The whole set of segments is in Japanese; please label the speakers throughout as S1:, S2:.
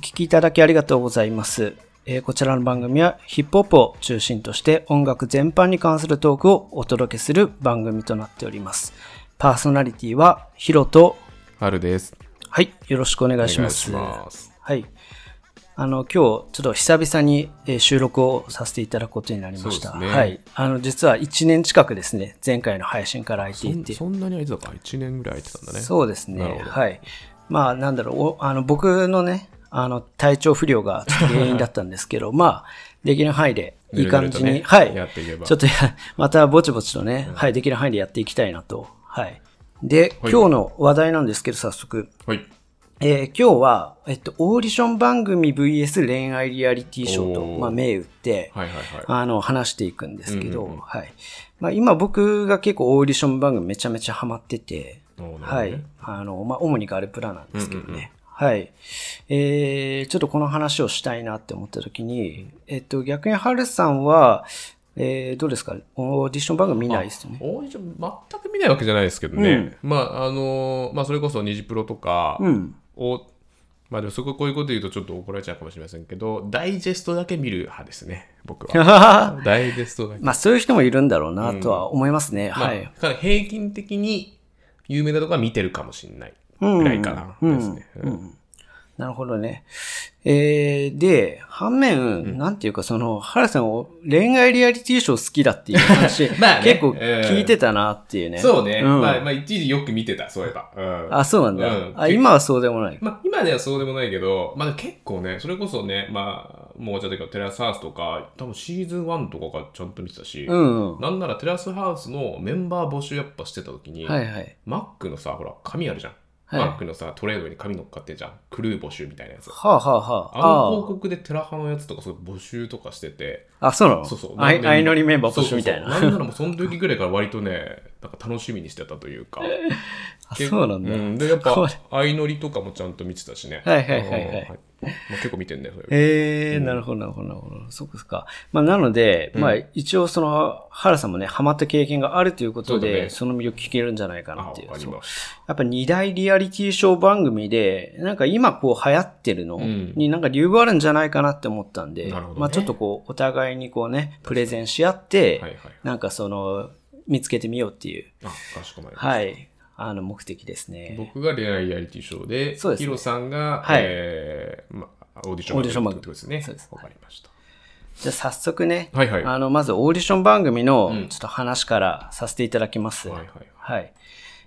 S1: きいただきありがとうございます。えーこちらの番組はヒップホップを中心として音楽全般に関するトークをお届けする番組となっております。パーソナリティはヒロと、
S2: 春です。
S1: はい、よろしくお願
S2: お
S1: いします。
S2: す。
S1: はい。あの、今日、ちょっと久々にえー収録をさせていただくことになりました。
S2: そうですね
S1: はい。あの、実は1年近くですね、前回の配信から空いて
S2: そ
S1: い
S2: ん
S1: て。
S2: そんなに空いてたか ?1 年ぐらい空いてたんだね。
S1: そうです
S2: なる
S1: ね。
S2: ほど
S1: はい。まあ、なんだろう、おあの、僕のね、あの、体調不良がちょっと原因だったんですけど、 まあ、できる範囲で、いい感じに、
S2: ぬるぬるとね
S1: はい。
S2: やっていけば
S1: ちょっとや、 またぼちぼちとね、はい、できる範囲でやっていきたいなと。はい。で、
S2: はい
S1: 今日の話題なんですけど、早速。
S2: はい。
S1: えー今日は、えっと、オーディション番組 VS 恋愛リアリティショーと、
S2: おー
S1: まあ、銘打って、
S2: はいはいは
S1: あの、話していくんですけど、
S2: うんうんうん
S1: はい。まあ、今僕が結構オーディション番組めちゃめちゃハマってて、
S2: い。おーな
S1: は
S2: るほど
S1: い
S2: ね。
S1: あの、まあ、主にガルプラなんですけどね。
S2: うんうんうん
S1: はい。えー、ちょっとこの話をしたいなって思った時に、えっと、逆にハルさんは、えー、どうですかオーディション番組見ないですよね。
S2: オーディション全く見ないわけじゃないですけどね。まあ、あのー、まあ、それこそニジプロとか
S1: うん。
S2: を、まあでもそここういうこと言うとちょっと怒られちゃうかもしれませんけど、ダイジェストだけ見る派ですね、僕は。 ダイジェストだけ。
S1: まあ、そういう人もいるんだろうなとは思いますね。
S2: まあ
S1: はい。
S2: だから平均的に有名なとこは見てるかもしれないぐらいかなですね。うん
S1: なるほどね。えー、で、反面、なんていうか、その、原さんを恋愛リアリティショー好きだっていう話、
S2: まあね
S1: 結構聞いてたなっていうね。
S2: そうね。
S1: ん
S2: まあ、まあ、一時よく見てた、そういえば。うん
S1: あ、そうなんだ。
S2: うん
S1: あ、今はそうでもない。
S2: まあ、今ではそうでもないけど、まあ、結構ね、それこそね、まあ、もうちょっと言うとテラスハウスとか、多分シーズン1とかからちゃんと見てたし、
S1: うん、うん。
S2: なんならテラスハウスのメンバー募集やっぱしてた時に、
S1: はいはい。
S2: マックのさ、ほら、紙あるじゃん。
S1: はい
S2: マックのさ、トレードに紙乗っかってるじゃん。クルー募集みたいなやつ。
S1: はあ、はあはあ、
S2: あの
S1: あ
S2: 広告でテラハのやつとかそういう募集とかしてて、
S1: ああ、そうなの
S2: そうそう。
S1: あい
S2: なんで
S1: 相乗りメンバー募集みたい
S2: そう
S1: な。
S2: そうそうなんならもうその時ぐらいから割とね、なんか楽しみにしてたという か。
S1: あそうなんだ。
S2: うん、で、や っ
S1: こ
S2: ぱ
S1: れ、
S2: 相乗りとかもちゃんと見てたしね。
S1: はいはいはいはい
S2: まあ、結構見てんね、それ。
S1: ええなるほど、なるほど、なるほど。そうですか。まあ、なので、まあ、一応、その、原さんもね、ハマった経験があるということ
S2: そうだ
S1: で、
S2: ね
S1: その魅力聞けるんじゃないか
S2: あ、
S1: な
S2: わ
S1: っていう。
S2: かり
S1: そう
S2: まし
S1: やっぱ二大リアリティショー番組で、なんか今こう流行ってるの
S2: ん
S1: になんか理由があるんじゃないかなって思ったんで、
S2: なるほどね
S1: まあちょっとこうお互いにこうね、プレゼンし合って、
S2: た。はいはい。
S1: なんかその、見つけてみようっていう、
S2: あ、かしこまりました。
S1: はい、あの目的ですね。
S2: 僕が恋愛リアリティショーで、
S1: そうですね
S2: ヒロさんが、
S1: はい
S2: えーまあ、オーディション
S1: オーディション番組
S2: ってことですね。
S1: そうです
S2: わかりました。
S1: じゃあ早速ね、
S2: はいはい
S1: あの、まずオーディション番組の
S2: うん
S1: ちょっと話からさせていただきます。
S2: はいはい
S1: はい。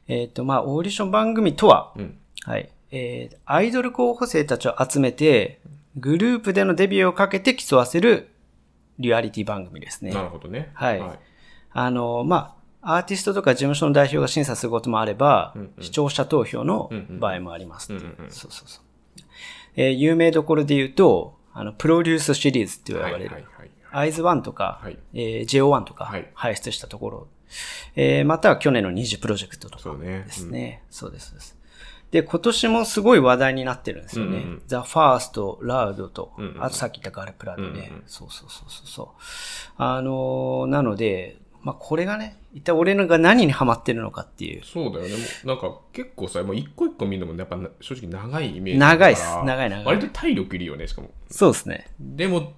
S1: えっ、と、まあオーディション番組とは、
S2: うん。
S1: はい。えーアイドル候補生たちを集めて、グループでのデビューをかけて競わせるリアリティ番組ですね
S2: な。るほどね。
S1: はいあの、まあ、アーティストとか事務所の代表が審査することもあれば、
S2: んうん
S1: 視聴者投票の
S2: うんうん
S1: 場合もあります、
S2: うんうんうん
S1: そうそうそう。えー有名どころで言うと、あの、プロデュースシリーズって言わ
S2: はい
S1: れ
S2: は
S1: る、
S2: いはい。
S1: アイズワンとか、
S2: はい
S1: えー JO1 とか
S2: はい
S1: 輩出したところ、えーまたは去年の2次プロジェクトとか
S2: そうね。
S1: ですね。そうですそうです。で、今年もすごい話題になってるんですよ
S2: うんうんう
S1: ね
S2: ん。
S1: ザ・ファースト、ラウドと
S2: うんう、ん
S1: あとさっき言ったガルプラで
S2: うんうん
S1: ね
S2: うん。
S1: そうそうそうそうそう。あのーなので、まあこれがね、一体俺のが何にハマってるのかっていう
S2: うん。そうだよね。もうなんか結構さ、もう一個一個見るのも、やっぱな正直長いイメージだから。
S1: 長いっす長い長い
S2: 割と体力いるよね、しかも。
S1: そうですね。
S2: でも、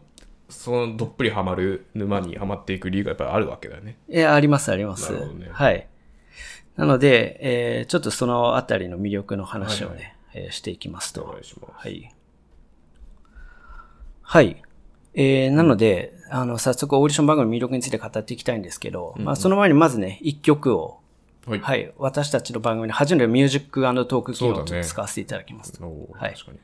S2: そのどっぷりハマる沼にはまっていく理由がやっぱりあるわけだよね。
S1: え、ありますあります。
S2: なるほどね
S1: はい。なので、えーちょっとそのあたりの魅力の話をね、えーしていきますと。
S2: お願いします。
S1: はい。はい。えー、なので、あの、早速オーディション番組の魅力について語っていきたいんですけど、まあ、その前にまずね、一曲を、
S2: はい。
S1: はい、私たちの番組で初めてミュージックトーク機能を
S2: そうだね
S1: 使わせていただきます。
S2: おー
S1: はい
S2: 確かに。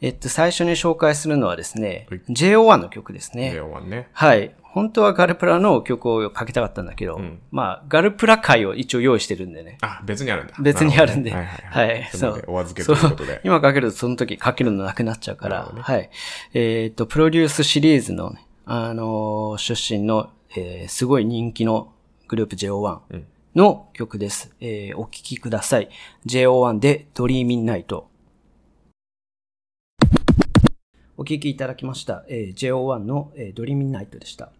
S1: えっと、最初に紹介するのはですね、
S2: はい
S1: JO1 の曲ですね。
S2: レオはね。
S1: はい。本当はガルプラの曲をかけたかったんだけど、
S2: ん
S1: まあ、ガルプラ会を一応用意してるんでね。
S2: あ、別にあるんだ。
S1: 別にあるんで。
S2: な
S1: はい
S2: ほどね
S1: は
S2: はいい、
S1: はい。
S2: そ
S1: そう。
S2: お預けということ
S1: そう
S2: で。
S1: 今かけるとその時かけるのなくなっちゃうから、はい。えっ、と、プロデュースシリーズのね、あのー出身の、えーすごい人気のグループ JO1
S2: ん
S1: の曲です。えーお聴きください。JO1 でドリーミンナイト。お聞きいただきました。えー JO1 の、えードリーミンナイトでした。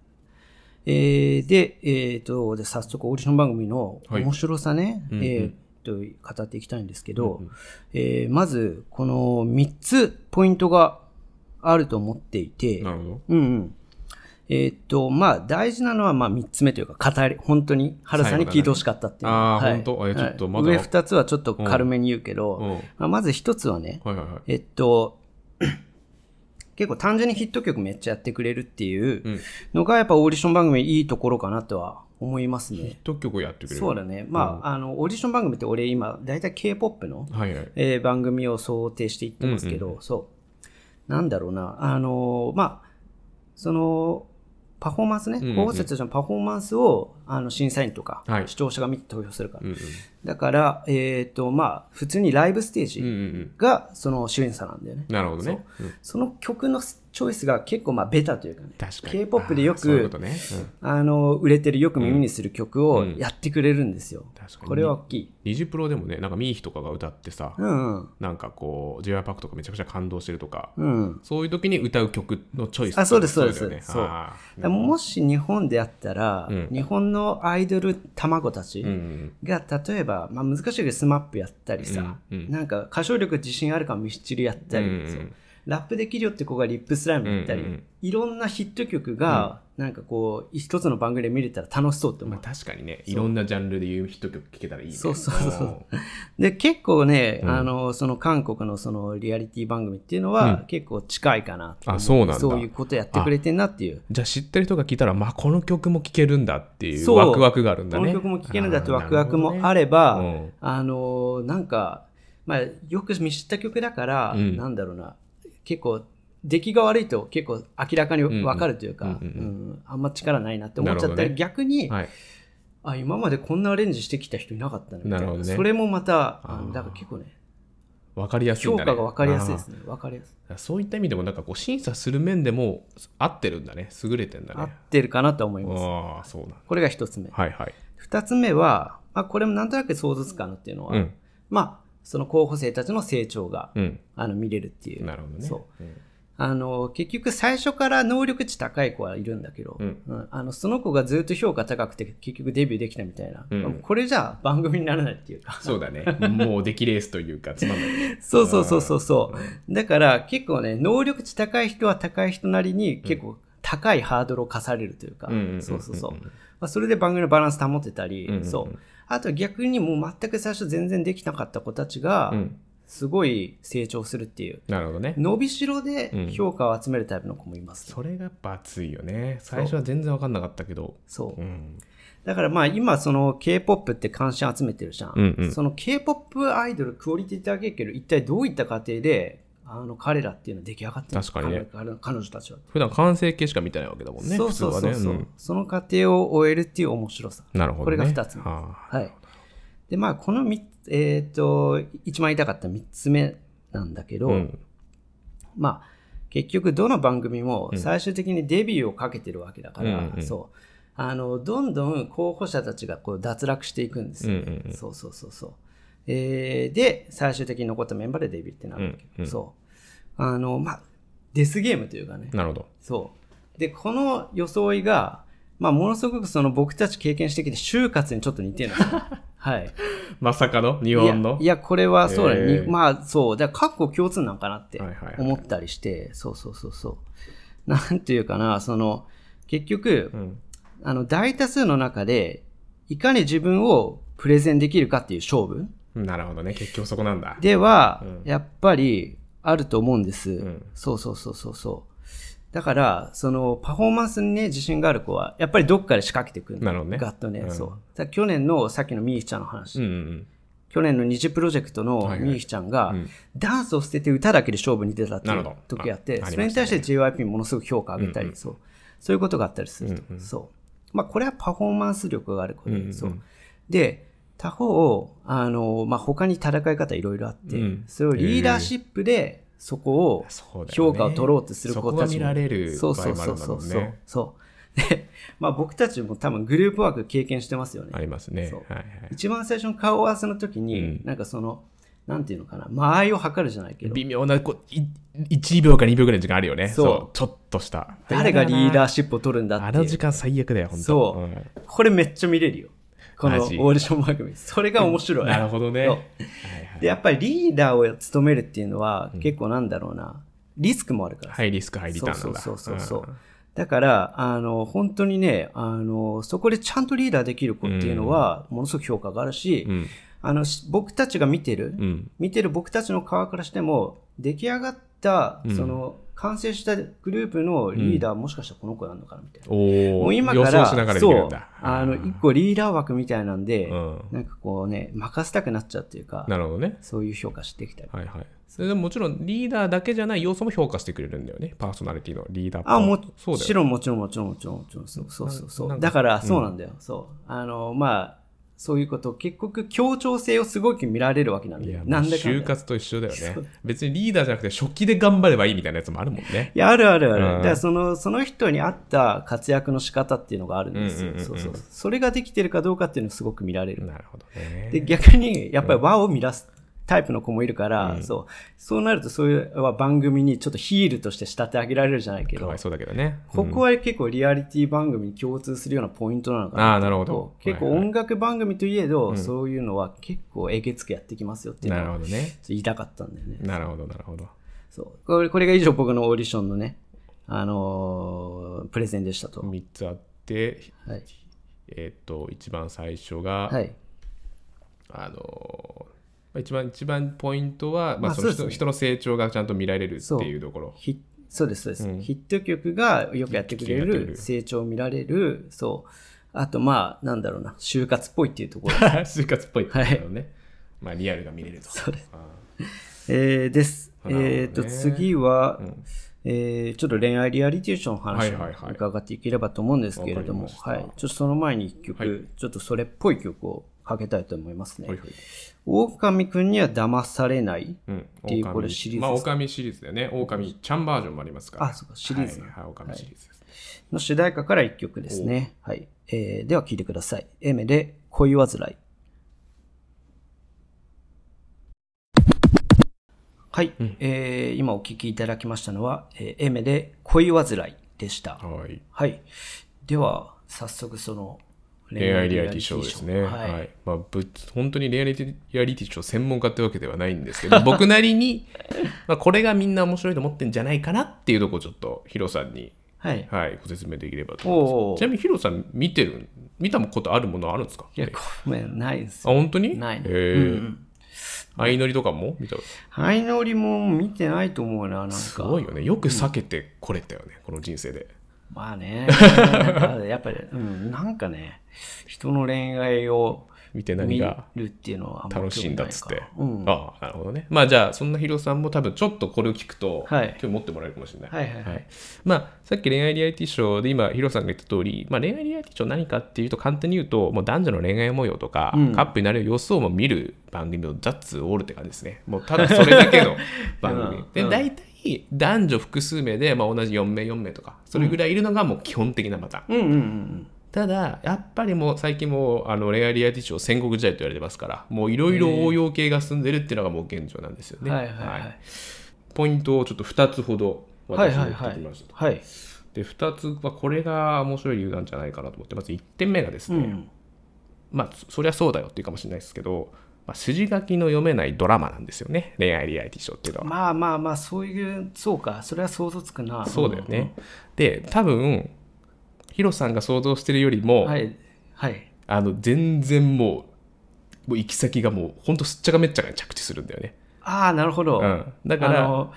S1: えーで、えーと、で、早速オーディション番組の面白さね、
S2: はいうんうん
S1: えーと、語っていきたいんですけど、えーまず、この3つポイントがあると思っていて、
S2: なるほど。
S1: うんうん。えーっと、まあ、大事なのは、まあ、3つ目というか、語り、本当に、原さんに聞いてほしかったっていう。
S2: あー
S1: はい、
S2: 本当えちょっと
S1: はい
S2: まだ
S1: 上2つはちょっと軽めに言うけど、
S2: うんうん
S1: まあ、まず1つはね、
S2: はいはいはい。
S1: えっと、結構単純にヒット曲めっちゃやってくれるっていうのが、やっぱオーディション番組いいところかなとは思いますね。
S2: 特曲をやってくれる。
S1: そうだね。まあ、あの、オーディション番組って俺今、だいたい K-POP の、
S2: はいはい。
S1: えー番組を想定していってますけど、そう。なんだろうな、あのーまあ、その、パフォーマンスね、
S2: んうん
S1: 候補者たちのパフォーマンスを、あの、審査員とか
S2: は、い
S1: 視聴者が見て投票するから。
S2: うんうん。
S1: だから、えっ、と、まあ、普通にライブステー
S2: うん
S1: ジ
S2: うんうん。
S1: が、その、主演者なんだよね。
S2: なるほどね。うん
S1: その曲のチョイスが結構、まあ、ベタというかね。
S2: 確かに。
S1: K-POP でよ
S2: あーそういう
S1: く
S2: ことね。うん
S1: あの、売れてる、よく耳にする曲を
S2: うん
S1: やってくれるんですよ。
S2: 確かに
S1: これは大きい。
S2: ニジプロでもね、なんかミーヒとかが歌ってさ、
S1: うんうん。
S2: なんかこう、j y パックとかめちゃくちゃ感動してるとか、
S1: うん。
S2: そういう時に歌う曲のチョイス
S1: あそうですそうです
S2: だよね
S1: そう
S2: あー
S1: だからもし日本であったら、
S2: うん
S1: 日本のアイドル卵たち
S2: うんうん
S1: が、例えば、まあ、難しいけどスマップやったりさ、
S2: うんうん
S1: なんか歌唱力自信あるかミスチルやったり、
S2: うんうん
S1: そうラップできるよって子がリップスライムやったり、
S2: うんうんうん
S1: いろんなヒット曲が、なんかこう一つの番組で見れたら楽しそうって
S2: うん
S1: 思
S2: ま
S1: う
S2: あ、確かにね、いろんなジャンルで言うヒット曲聴けたらいいね。
S1: そうそうそう
S2: うん。
S1: で結構ね、
S2: うん
S1: あのその韓国のそのリアリティ番組っていうのは、
S2: うん
S1: 結構近いかなと
S2: あそうなんだ
S1: そういうことやってくれてんなっていう
S2: じゃあ知ってる人が聴いたら、まあ、この曲も聴けるんだっていう
S1: そう
S2: ワクワクがあるんだね。
S1: この曲も聴けるんだってワクワクも
S2: る
S1: あれば、
S2: うん
S1: あのーなんか、まあ、よく見知った曲だから、
S2: うん
S1: なんだろうな結構出来が悪いと結構明らかに分かるというか、
S2: うんうんうん
S1: うんあんま力ないなって思っちゃった
S2: な
S1: り、
S2: るほどね
S1: 逆に、
S2: はい。
S1: あ今までこんなアレンジしてきた人いなかったねみたい
S2: なるほどね
S1: それもまたあ
S2: あー
S1: だから結構ね
S2: わかりやすいん
S1: 評
S2: だ
S1: 価
S2: ね。
S1: が分かりやすいです
S2: ね。
S1: ね分かりやすい
S2: そういった意味でも、なんかこう、審査する面でも合ってるんだね。優れてんだ
S1: 合っ
S2: ね。
S1: てるかなと思います
S2: ああ、そうなんだ。
S1: これが一つ目
S2: はいはい。
S1: 二つ目は、まあ、これもなんとなく想像つかなっていうのは、
S2: うん。
S1: まあその候補生たちの成長が、
S2: うん。
S1: あの見れるっていう
S2: なるほどね。
S1: そう
S2: うん。
S1: あの結局最初から能力値高い子はいるんだけど、
S2: うん
S1: うんあのその子がずっと評価高くて結局デビューできたみたいな、
S2: うん
S1: これじゃ番組にならないっていう か
S2: そうだね。もう出来レースというか、つまんない ね。
S1: そうそうそうそうそうだから結構ね能力値高い人は高い人なりに結構高いハードルを課されるというか、
S2: うんうんうんうん
S1: そうそうそう、まあ、それで番組のバランス保ってたり、
S2: うんうんうん
S1: そうあと逆にもう全く最初全然できなかった子たちが
S2: うん。
S1: すごい成長するっていう
S2: なるほどね。
S1: 伸びしろで評価を集めるタイプの子もいます、
S2: それがやっぱ熱いよね。最初は全然分かんなかったけど。
S1: そう、
S2: うん。
S1: だからまあ今その K-POP って関心集めてるじゃん。
S2: うんうん
S1: その K-POP アイドルクオリティってわけだけど、一体どういった過程で、あの彼らっていうのは出来上がってるの
S2: 確かにね
S1: 彼ら彼女たちは。
S2: 普段完成形しか見てないわけだもんね。
S1: そうそうそう
S2: 普通
S1: そう、
S2: はね。
S1: その過程を終えるっていう面白さ。
S2: うんなるほど、ね。
S1: これが二つ目
S2: は
S1: はい。でまあこの三つ、えっ、と、一番言いたかった三つ目なんだけ
S2: あ
S1: ど、
S2: うん。
S1: まあ、結局どの番組も最終的にデビューをかけてるわけだから、
S2: うんうん
S1: そうあのどんどん候補者たちがこう脱落していくんですよ、ね
S2: うんうんうん
S1: そうそうそうそう、えーで最終的に残ったメンバーでデビューってなるわけ、
S2: うんうん
S1: そうあのまあデスゲームというかね
S2: なるほど。
S1: そうでこの装いがまあ、ものすごくその僕たち経験してきて就活にちょっと似てるんです よ。はい。
S2: まさかの日
S1: いや
S2: 本の
S1: いや、これはそうだね。
S2: えー
S1: にまあ、そう。だから、各国共通なんかなって
S2: はいはいはい
S1: 思ったりして、そうそうそうそう。なんていうかな、その、結局、
S2: うん。
S1: あの、大多数の中で、いかに自分をプレゼンできるかっていう勝負
S2: なるほどね。結局そこなんだ。
S1: では、
S2: うん
S1: やっぱり、あると思うんです、
S2: ん
S1: そうそうそうそうそう。だから、その、パフォーマンスにね、自信がある子は、やっぱりどっかで仕掛けてくる
S2: なるほどね
S1: ガッとね、
S2: うん
S1: そう。だから去年の、さっきのみーひちゃんの話、
S2: うんうん
S1: 去年の二次プロジェクトの
S2: はいはい
S1: みーひちゃんが、
S2: うん。うん
S1: ダンスを捨てて歌だけで勝負に出たってい
S2: なる
S1: う
S2: ほど
S1: 時があって
S2: ああり
S1: そ
S2: ま
S1: れ
S2: したね
S1: に対して JYP ものすごく評価上げたり、
S2: うんうん
S1: そうそういうことがあったりすると、
S2: うんうん
S1: そうまあ、これはパフォーマンス力があることで,、
S2: うんうん
S1: そうで他方あの、まあ、他に戦い方いろいろあって、
S2: うん
S1: それをリーダーシップでそこを
S2: そうだよね
S1: 評価を取ろうとする子たち
S2: そこが見られる
S1: そうそうそうそうそうそうで、まあ、僕たちも多分グループワーク経験してますよね
S2: ありますね。
S1: そう
S2: はいはい。
S1: 一番最初の顔合わせの時に、
S2: うん
S1: なんかそのなんていうのかな間合いを測るじゃないけど
S2: 微妙なこうい1秒から2秒ぐらいの時間あるよね。
S1: そう
S2: ちょっとした。
S1: 誰がリーダ
S2: ー
S1: ーシップを取るんだ
S2: あ
S1: ってい
S2: の
S1: う
S2: 時間最悪だよ、本当
S1: そう、
S2: ん
S1: これめっちゃ見れるよこのオ
S2: マ
S1: ーデ
S2: ジ
S1: ィション番組それが面白い
S2: なるほどね。
S1: そ
S2: は
S1: う
S2: いはい
S1: でやっぱりリーダーを務めるっていうのは結構なんだろうな、リスクもあるからさ
S2: ハイリスク、ハイリターンなんだ。
S1: そうそうそうそうだから、あの、本当にね、あの、そこでちゃんとリーダーできる子っていうのは、ものすごく評価があるし、
S2: うん。
S1: あの、し僕たちが見てる、
S2: うん。
S1: 見てる僕たちの側からしても、出来上がった、
S2: うん
S1: その、完成したグループのリーダー、もしかしたらこの子なんのかなみたいな。
S2: おお。
S1: もう今か
S2: 予想しなが
S1: ら、
S2: らできる
S1: そ
S2: ん
S1: う
S2: だ。、
S1: あの、
S2: うん
S1: 一個リーダー枠みたいなんで、
S2: うん
S1: なんかこうね、任せたくなっちゃうっていうか、
S2: なるほどね。
S1: そういう評価してきたり。
S2: はいはい。それでももちろんリーダーだけじゃない要素も評価してくれるんだよね。パーソナリティのリーダー
S1: あ、も
S2: そうだ
S1: ち
S2: よ。
S1: ろん、もちろん、もちろん、もちろん、もちろん、そうそうそうそ
S2: な
S1: う。
S2: んか
S1: だから、そうなんだよ、そう。あの、まあ、そういうこと、結局、協調性をすごく見られるわけなん
S2: い
S1: だ
S2: や、
S1: よ。
S2: もう
S1: なんだかんだ。
S2: 就
S1: い
S2: 活と一緒だよね。別にリーダーじゃなくて、初期で頑張ればいいみたいなやつもあるもんね。
S1: や、あるあるある。
S2: うん
S1: だから、その、その人に合った活躍の仕方っていうのがあるんですよ
S2: うんうん。うん
S1: そううんそう。それができてるかどうかっていうのをすごく見られる。
S2: なるほどね。
S1: で、逆に、やっぱり和を乱す。タイプの子もいるから、そう。そうなると、そういうは番組にちょっとヒールとして仕立て上げられるじゃないけ
S2: か
S1: ど
S2: わい、そうだけどね。
S1: ここは結構リアリティ番組に共通するようなポイントなのかな
S2: ああ、なるほど。
S1: 結構
S2: はいはい
S1: 音楽番組といえど、そういうのは結構えげつくやってきますよっていう
S2: なる
S1: のを
S2: ほどね。
S1: 言いたかったんだよね。
S2: なるほど、なるほど。
S1: そうこれこれが以上僕のオーディションのね、あのープレゼンでしたと。
S2: 3つあって、
S1: はい。
S2: えっ、と、一番最初が、
S1: はい、
S2: あのー一番一番ポイントは、
S1: ま
S2: まあ、
S1: あ
S2: その
S1: そうです
S2: 人
S1: ね
S2: 人の成長がちゃんと見られるっていうところ。
S1: ヒそうですそうです、
S2: うん
S1: ヒット曲がよくやってくれ
S2: ヒット曲やってくれる
S1: る、成長を見られる、そう。あと、まあ、なんだろうな、就活っぽいっていうとこ ろ
S2: 就活っぽいっていうのね、まあリアルが見れると。
S1: そうです
S2: あ
S1: えーです。
S2: なるほどね
S1: えっ、と、次は、
S2: ん
S1: えーちょっと恋愛リアリティションの話
S2: はいはいは
S1: を
S2: い
S1: 伺っていければと思うんですけれども、
S2: わかりました
S1: はい。ちょっとその前に一曲、
S2: はい
S1: ちょっとそれっぽい曲をかけたいと思います
S2: ーはい
S1: ね。
S2: はい。
S1: 狼くんには騙されない。
S2: うん。
S1: ていうこれ
S2: 狼
S1: シリーズです
S2: まあ、狼シリーズだよね。狼ちゃんバージョンもありますから。
S1: あそうかシリーズ
S2: はい、はい、狼シリーズです。
S1: の主題歌から一曲ですね。はい。えーでは聴いてください。エメで恋煩い。はい。えー今お聴きいただきましたのは、えーエメで恋煩いでした。
S2: はい。
S1: はい。では、早速その
S2: 恋愛リアリティショーですね。
S1: はい。
S2: はい。まあ、ぶっ本当に恋愛リアリティショー専門家ってわけではないんですけ ど、僕なりに、まあ、これがみんな面白いと思ってんじゃないかなっていうところをちょっと、ヒロさんに、
S1: はい
S2: はい、ご説明できればと思います。
S1: おお
S2: ち。なみにヒロさん見てる見たことあるものあるんですか
S1: いや、ごめん、ないんです
S2: あ
S1: よ。
S2: 本当に
S1: ない
S2: へえ相乗りとかも見た
S1: 相乗りも見てないと思うな、なん
S2: す
S1: か。
S2: ごいよねよく避けてこれたよね、この人生で
S1: まあ ね。なんかやっぱり、うん、なんかね、人の恋愛を
S2: 見て何
S1: 見
S2: が
S1: るっていうのはあんま
S2: 楽しいんだっつって
S1: 興味ないかうん。
S2: ああなるほどねまあじゃあそんなヒロさんも多分ちょっとこれを聞くと、
S1: はい
S2: 興味持ってもらえるかもしれない、
S1: はいはいはい
S2: まあさっき恋愛リアリティショーで今ヒロさんが言った通り、まあ、恋愛リアリティショー何かっていうと簡単に言うともう男女の恋愛模様とか、カップになれる様子をもう見る番組の「ザッツオール」って感じですねもうただそれだけ の番組、
S1: うん
S2: で大体男女複数名で、まあ、同じ4名4名とかそれぐらいいるのがもう基本的なパターン、
S1: うんうんうん
S2: ただやっぱりもう最近もうあの恋愛リアリティショー戦国時代と言われてますからもういろいろ応用系が進んでるっていうのがもう現状なんですよ
S1: うん。
S2: ね、
S1: はいはいはい。
S2: ポイントをちょっと2つほど
S1: はい
S2: 私
S1: は
S2: が
S1: い
S2: 持
S1: は
S2: ってき
S1: い
S2: ました。と
S1: はい。
S2: で2つはこれが面白い理由なんじゃないかなと思ってまず1点目がです
S1: う
S2: ね、
S1: ん。
S2: まあそそりゃそうだよっていうかもしれないですけど、まあ、筋書きの読めないドラマなんですよね恋愛リアリティショーっていうのは、
S1: まあまあまあ、そういう、そうか、それは想像つくな。
S2: そうだよね、で多分ヒロさんが想像してるよりも、
S1: うん。はい。はい。
S2: あの全然もうもう行き先がもうほんとすっちゃかめっちゃかに着地するんだよね、
S1: ああ、なるほど。
S2: うん、だか
S1: あ
S2: ら
S1: の、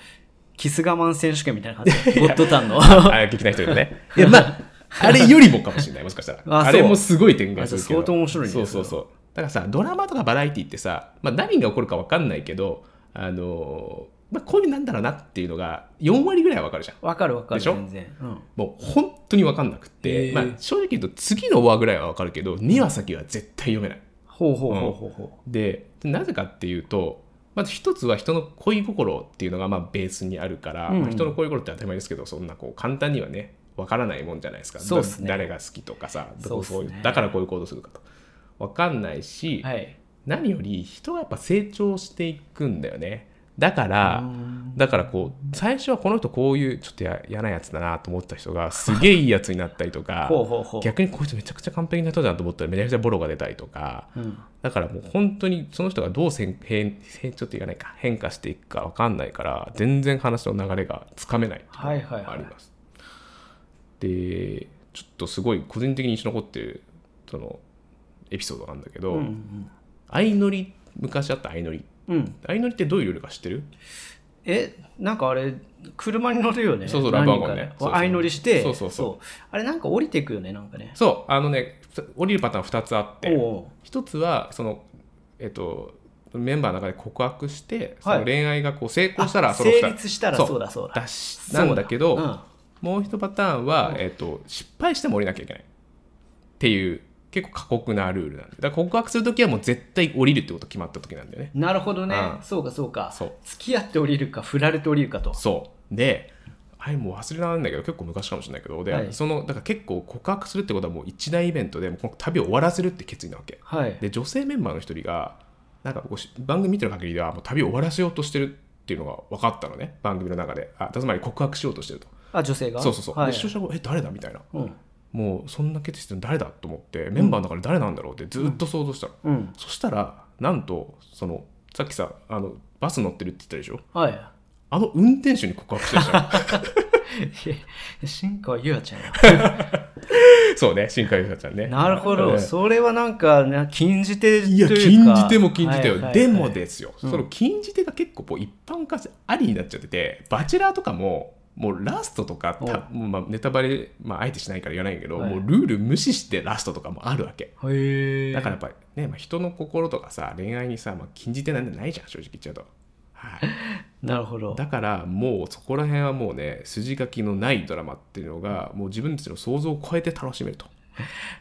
S1: キス我慢選手権みたいな感 じ。ゴッドタンの。
S2: あ聞きたい人い るねいやまあ あれよりもかもしれないもしかしたら
S1: あ
S2: あ
S1: そう
S2: れもすごい展開するけど
S1: あじゃあ相当面白いね
S2: そうそうそうだからさドラマとかバラエティってさ、まあ、何が起こるか分かんないけどあのーまあ、こういうなんだろうなっていうのが4割ぐらいは分かるじゃん
S1: わかるわかる。
S2: でしょ
S1: 全然。うん。
S2: もう本当に分かんなくって、
S1: へー
S2: まあ、正直言うと次の話ぐらいは分かるけど2話先は絶対読めない
S1: ほうほうほうほうほう。
S2: でなぜかっていうとまず一つは人の恋心っていうのがまあベースにあるから、
S1: うん
S2: まあ人の恋心って当たり前ですけどそんなこう簡単にはねわからないもんじゃないですか
S1: そうっすね
S2: だ誰が好きとかさどう
S1: そうっすね
S2: こういうだからこういう行動するかとわかんないし、
S1: はい。
S2: 何より人はやっぱ成長していくんだよねだから、だからこう最初はこの人こういうちょっとや嫌なやつだなと思った人がすげえいいやつになったりと か
S1: ほうほうほう
S2: 逆にこいつめちゃくちゃ完璧な人だなと思ったらめちゃくちゃボロが出たりとか、だからもう本当にその人がどう変変変ちょっと言わないか変化していくか分かんないから全然話の流れがつかめないっていうのがあります。でちょっとすごい個人的に印象に残ってるそのエピソードがあるんだけど、相乗り昔あった相乗り
S1: うん。
S2: 相乗りってどういうルールか知ってる
S1: え、なんかあれ、車に乗るよね。
S2: そうそう
S1: 何人
S2: ラブワゴンね
S1: か
S2: そうそう
S1: 相乗りして、
S2: そうそうそう
S1: あれ、なんか降りていくよね、なんかね。
S2: そうあのねふた降りるパターン2つあって
S1: おう
S2: 一つはそのえっとメンバーの中で告白してそ
S1: はい
S2: の恋愛がこう
S1: お
S2: 成
S1: う
S2: 功したら
S1: あ
S2: その二人
S1: 成立したら、そうだ、そうだ。
S2: だしなんだけど
S1: そうだ
S2: もう一パターンは、えっと失敗しても降りなきゃいけないっていう結構過酷なルールなんでだから告白する時はもう絶対降りるってこと決まった時なんだよね
S1: うんなるほどね、
S2: うん
S1: そうかそうか
S2: そう
S1: 付き合って降りるか振られて降りるかと
S2: そうであれもう忘れられないんだけど結構昔かもしれないけどで、
S1: はい
S2: そのだから結構告白するってことはもう一大イベントでもうこの旅を終わらせるって決意なわけ
S1: はい
S2: で女性メンバーの一人がなんかこうし番組見てる限りではもう旅を終わらせようとしてるっていうのが分かったのね番組の中であつまり告白しようとしてると
S1: あ女性が
S2: そうそうそう、
S1: はい
S2: で視聴者も「え誰だ?」みたいな
S1: うん
S2: もうそんな決意してるの誰だと思ってメンバーの中で誰なんだろうってずっと想像したの、
S1: うん
S2: そしたらなんとそのさっきさあのバス乗ってるって言ったでしょ
S1: は
S2: あの運転手に告白してるじゃん
S1: い新川優愛ちゃんや
S2: そうね、新海優香ちゃんね。
S1: なるほど、
S2: ね
S1: それはなんかね、禁じ手と
S2: い
S1: いう
S2: や、
S1: か。
S2: 禁じ手も禁じ手よ。
S1: はいはいはい
S2: でもですよ、
S1: うん
S2: その禁じ手が結構こう一般化してありになっちゃってて、バチェラーとかも、もうラストとか、たもうまあネタバレ、まあ、あえてしないから言わないけど、
S1: はい
S2: もうルール無視してラストとかもあるわけ。
S1: へえ。
S2: だからやっぱりね、まあ、人の心とかさ、恋愛にさ、まあ、禁じ手なんてないじゃん、正直言っちゃうと。 はい、
S1: なるほど。
S2: だからもうそこら辺はもうね筋書きのないドラマっていうのがもう自分たちの想像を超えて楽しめると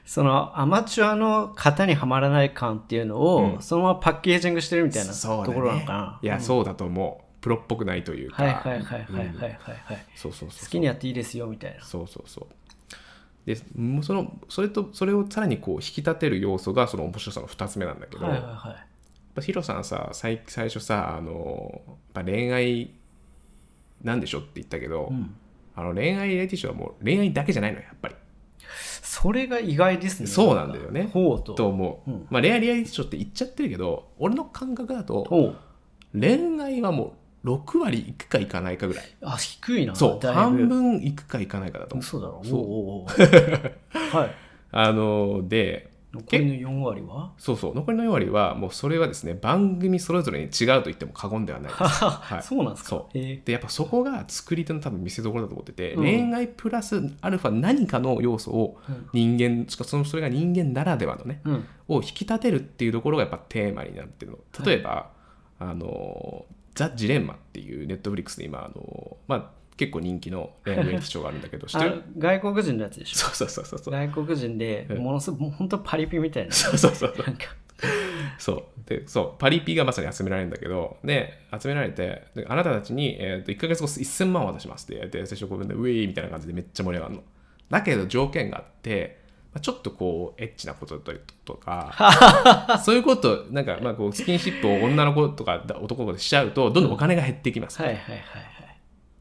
S1: そのアマチュアの型にはまらない感っていうのを、
S2: うん
S1: そのままパッケージングしてるみたいなと
S2: そうだね
S1: ころなのかな。
S2: いや、そうだと思うプロっぽくないというか
S1: はいはいはいはいはい
S2: うん
S1: はいはい。
S2: そうそうそう
S1: 好きにやっていいですよみたいな。
S2: そうそうそうでもうそのそれとそれをさらにこう引き立てる要素がその面白さの2つ目なんだけど、
S1: はいはい
S2: やっ
S1: はい。
S2: ぱヒロさんさ最最初さあのやっぱ恋愛なんでしょって言ったけど、
S1: うん
S2: あの恋愛リアリティショーはもう恋愛だけじゃないのよやっぱり
S1: それが意外ですね。
S2: そうなんだよね
S1: ほうと。
S2: と思う、
S1: うん
S2: まあ、恋愛リアリティショーって言っちゃってるけど俺の感覚だと
S1: ほう
S2: 恋愛はもう6割いくかいかないかぐらい
S1: あ、低いな。
S2: そう
S1: だいぶ
S2: 半。分いくかいかないかだと思う
S1: 嘘だろ。
S2: そう
S1: おうおうおうはい。
S2: あので
S1: 残りの4割は
S2: そうそう残りの4割はもうそれはですね番組それぞれに違うと言っても過言ではないですはい
S1: そうなんですか。
S2: そう
S1: へえ
S2: でやっぱそこが作り手の多分見せどころだと思ってて、
S1: うん
S2: 恋愛プラスアルファ何かの要素を
S1: うん
S2: 人間しかもそのそれが人間ならではのね
S1: うん。
S2: を引き立てるっていうところがやっぱテーマになってるの例えば、あのザ・ジレンマっていうネットフリックスで今あの、まあ、結構人気の恋愛劇ショーがあるんだけど知って
S1: あ
S2: る
S1: 外国人のやつでしょ
S2: そうそうそうそうそう
S1: 外国人で
S2: うん
S1: ものすごく本当パリピみたいな
S2: そうそうそう
S1: なんか
S2: そうでそうパリピがまさに集められるんだけどで集められてであなたたちに、えー、と1か月後1000万を渡しますって言って最初こうみんなウェイみたいな感じでめっちゃ盛り上がるのだけど条件があって、まあ、ちょっとこうエッチなことだったりと かそういうことなんか、まあ、こうスキンシップを女の子とかだ男の子でしちゃうとどんどんお金が減っていきます、
S1: はいはい
S2: っ
S1: はい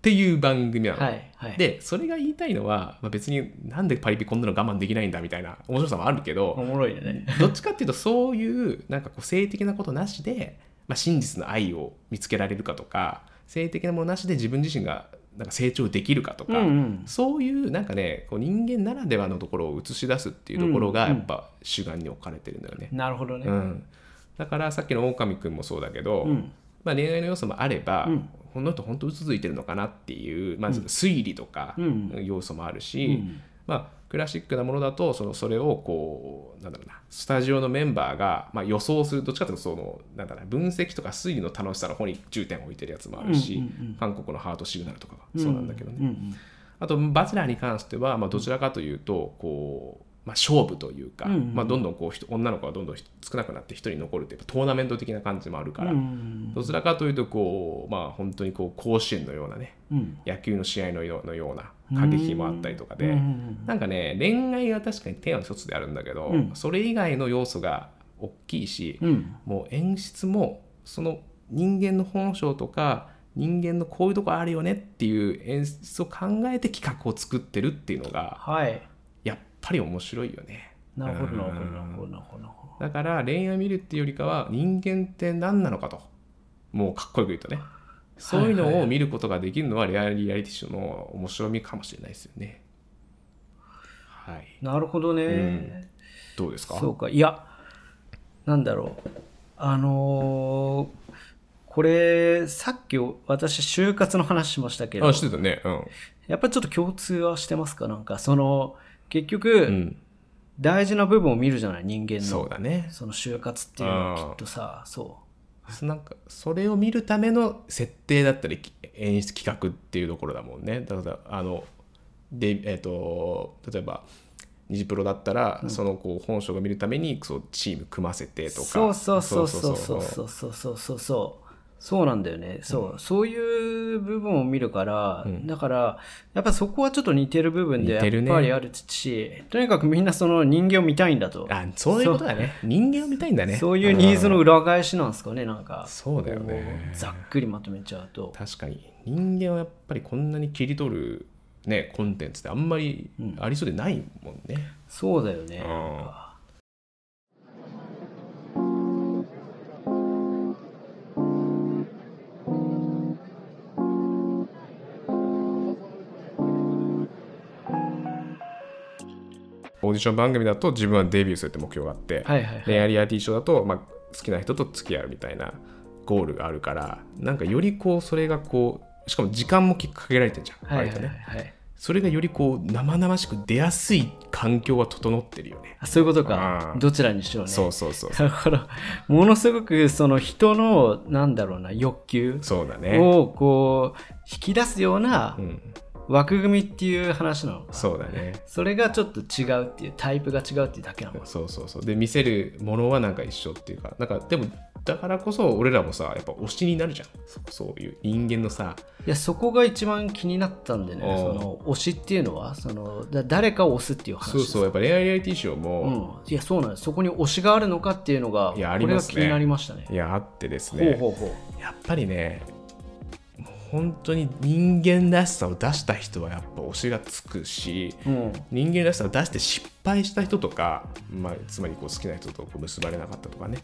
S2: ていう番組なの、
S1: はいはいはい
S2: でそれが言いたいのは、まあ、別になんでパリピこんなの我慢できないんだみたいな面白さもあるけど、
S1: おもろいよね
S2: どっちかっていうとそういうなんかこう性的なことなしで、まあ、真実の愛を見つけられるかとか性的なものなしで自分自身がなんか成長できるかと
S1: うん
S2: か、
S1: うん
S2: そういうなんかねこう人間ならではのところを映し出すっていうところがやっぱ主眼に置かれてるんだよね。
S1: なるほどね
S2: うんだからさっきの狼くんもそうだけど、
S1: うん
S2: まあ、恋愛の要素もあれば、
S1: うん
S2: この人本当うつづいてるのかなっていう、まあ、推理とか
S1: うん
S2: 要素もある
S1: う
S2: し、
S1: ん
S2: まあ、クラシックなものだとそのそれをこうなんだろうなスタジオのメンバーが、まあ、予想するどっちかというとそのなんだろうな分析とか推理の楽しさの方に重点を置いてるやつもあるし、
S1: うんうんうん
S2: 韓国のハートシグナルとかがそうなんだけどね、
S1: うんうん
S2: あと「バチェラー」に関しては、まあ、どちらかというとこう、まあ、勝負というか、
S1: うんうん
S2: まあ、どんどんこう人女の子がどんどん少なくなって一人残るっていうトーナメント的な感じもあるから、
S1: うん
S2: どちらかというとこう、まあ、本当にこう甲子園のようなね
S1: うん
S2: 野球の試合のようのような過激もあったりとかで。
S1: うんうん
S2: なんかね恋愛は確かにテーマの一つであるんだけど、
S1: うん
S2: それ以外の要素が大きいし、
S1: うん
S2: もう演出もその人間の本性とか人間のこういうとこあるよねっていう演出を考えて企画を作ってるっていうのが
S1: はい。
S2: やっぱり面白いよね。
S1: なるほど、
S2: うん
S1: なるほど、なるほど、なるほどなるほど。
S2: だから恋愛見るっていうよりかは人間って何なのかともうかっこよく言うとねそういうのを見ることができるのはリアリアリティショーの面白みかもしれないですよねはい
S1: なるほどね。
S2: どうですか
S1: そうか。いや、なんだろう。あのーこれ、さっき私、就活の話しましたけど
S2: あ、してたねうん
S1: やっぱりちょっと共通はしてますかなんか、その、結局、
S2: うん、
S1: 大事な部分を見るじゃない人間の。
S2: そうだね
S1: その就活っていうのは
S2: あ
S1: き
S2: ー
S1: っとさ、そ
S2: なんかそれを見るための設定だったりき演出企画っていうところだもんねだからあので、えー、と例えば「ニジプロ」だったら、そのこう本性が見るためにそうチーム組ませて
S1: う。
S2: とか
S1: そうそうそうそうそう
S2: そ
S1: そうそうそうそうそう。そうなんだよね。そう、そういう部分を見るから、だから、やっぱそこはちょっと似てる部分で、や
S2: 似
S1: って
S2: るね
S1: ぱりあるし、とにかくみんなその人間を見たいんだと。
S2: あそういうことだね人間を見たいんだね
S1: そういうニーズの裏返しなんですかね、なんか。
S2: そうだよね
S1: こうざっくりまとめちゃうと。
S2: 確かに人間はやっぱりこんなに切り取る、ね、コンテンツってあんまりありそうでないもんね、
S1: そうだよね。
S2: うんオーディション番組だと自分はデビューするって目標があって、
S1: はいはいはい。
S2: 恋愛リアリティショーだと、まあ、好きな人と付き合うみたいなゴールがあるからなんかよりこうそれがこうしかも時間もきかけられてんじゃん、
S1: はいはいは
S2: 割と
S1: い、
S2: ね
S1: はい。
S2: それがよりこう生々しく出やすい環境は整ってるよね
S1: あそういうことか
S2: う。ん
S1: どちらにしろね。
S2: そうそうそう
S1: だから、ものすごくその人の、なんだろうな、欲求
S2: そうだね
S1: をこう、引き出すような
S2: うん
S1: 枠組みっていう話なのか。
S2: そうだね
S1: それがちょっと違うっていう、タイプが違うっていうだけなのか。
S2: そうそうそうで見せるものはなんか一緒っていうかなんかでもだからこそ俺らもさやっぱ推しになるじゃんそそういう人間のさ
S1: いや、そこが一番気になったんでね、
S2: おう
S1: その推しっていうのは、そのだ誰かを推すっていう話
S2: そうそうやっぱ恋愛リアリティショーも、
S1: うん、いや、そうなんです。そこに推しがあるのかっていうのが、
S2: いやあ
S1: こ
S2: り
S1: れ
S2: ま
S1: が
S2: すね
S1: 気になりましたね。
S2: いやあってです
S1: ほう
S2: ね
S1: ほうほう。
S2: やっぱりねもう本当に人間らしさを出した人はやっぱ推しがつくし
S1: うん、
S2: 人間らしさを出して失敗した人とか、まあ、つまりこう好きな人とこう結ばれなかったとかね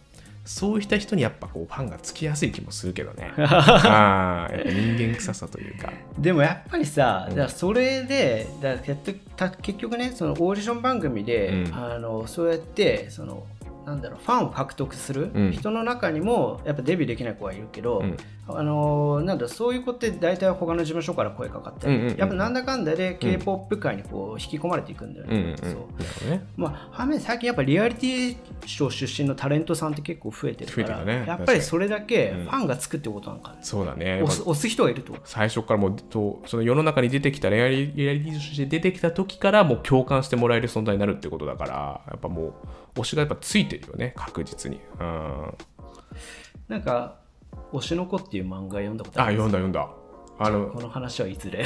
S2: そうした人にやっぱこうファンがつきやすい気もするけ どねあーやっぱ人間臭さというか
S1: でもやっぱりさ、だからそれでだから結局た結局ねそのオーディション番組で、
S2: うん
S1: あのそうやってそのなんだろうファンを獲得する
S2: うん
S1: 人の中にも、やっぱデビューできない子はいるけど、
S2: うん
S1: あのなんだろうそういう子って大体他の事務所から声かかったり、
S2: うんうんうん
S1: やっぱなんだかんだで k p o p 界にこう引き込まれていくんだよ
S2: うんう
S1: ね。
S2: んうん
S1: そう
S2: なるほどね
S1: まあ、反面最近やっぱリアリティショー出身のタレントさんって結構増えてるから
S2: 増えてるね
S1: やっぱりそれだけ
S2: 確か
S1: フ
S2: に
S1: ァンがつくってことなんかね、
S2: そうだねやっ
S1: 押
S2: ぱ
S1: す押す人がいるってこと
S2: 最初からもうとその世の中に出てきた恋愛リアリティとして出てきた時からもう共感してもらえる存在になるってことだからやっぱもう推しがやっぱついてるよね確実にうんあ
S1: なんか、推しの子っていう漫画読んだことある
S2: 読んだ読んだあの
S1: この話はいず れ。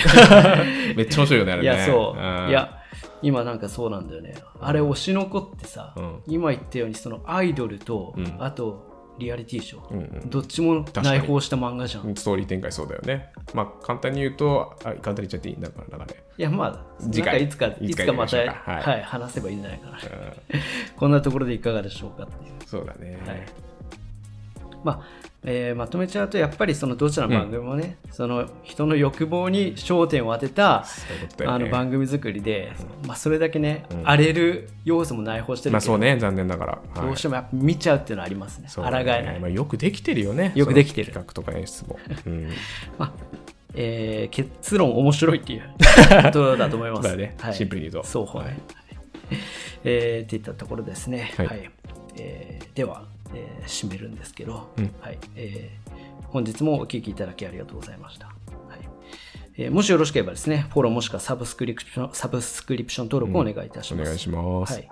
S2: めっちゃ面白いよねあれ
S1: い
S2: ね
S1: や、そう。
S2: ん
S1: いや、今なんかそうなんだよね。あれ、推しの子ってさ、
S2: うん
S1: 今言ったように、そのアイドルと、
S2: ん
S1: あと、リアリティショー、
S2: うんうん
S1: どっちも内包した漫画じゃん。い
S2: ストーリー展開そうだよねまあ簡単に言うとあ簡単に言っちゃっていいんだから流れ
S1: や、まあ、
S2: 次
S1: なんか
S2: 回
S1: いつか、い
S2: い
S1: つ
S2: つか
S1: かまた、
S2: や
S1: は
S2: り
S1: い、
S2: ましょうかはい
S1: 話せばいいんじゃないかな。 こんなところでいかがでしょうかっていう。
S2: そうだね、
S1: はいまあえーまとめちゃうとやっぱりそのどちらの番組もね、その人の欲望に焦点を当てた
S2: そういうことだよ
S1: あ
S2: ね
S1: の番組作りで、まあ、それだけね、荒れる要素も内包してる
S2: まあ
S1: けど、
S2: そうね残念ながら、はい
S1: どうしてもやっぱ見ちゃうっていうのはありますね。
S2: そ
S1: 抗
S2: うだね
S1: えない。
S2: まあ、よくできてるよね
S1: よくできてる
S2: その企画とか演出も、 うん
S1: まあえー結論面白いっていうことだと思います。
S2: そうだねシンプルに言うと
S1: そう、はい
S2: はい
S1: えーっていったところですね。は。
S2: はいい
S1: えーでは、えー締めるんですけど、
S2: うん
S1: はいえー本日もお聞きいただきありがとうございました。はいえーもしよろしければですね、フォローもしくはサブスクリプションサブスクリプション登録をお願いいたし
S2: お
S1: ます。
S2: 願いします、
S1: はい。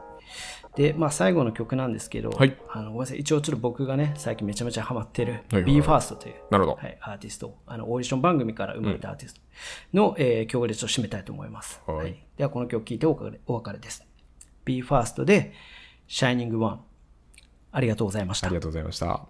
S1: で、まあ、最後の曲なんですけど、
S2: はい
S1: あのごめんなさい、一応ちょっと僕がね、最近めちゃめちゃハマってる、
S2: はいはい
S1: BE:FIRST という、
S2: なるほど
S1: はい、アーティスト、あのオーディション番組から生まれたアーティストの、えー曲でちょっと締めたいと思います。
S2: はい
S1: では、この曲聴いてお別れお別れです。BE:FIRST で、Shining One。ありがとうございまし
S2: あ
S1: た
S2: り。がとうございました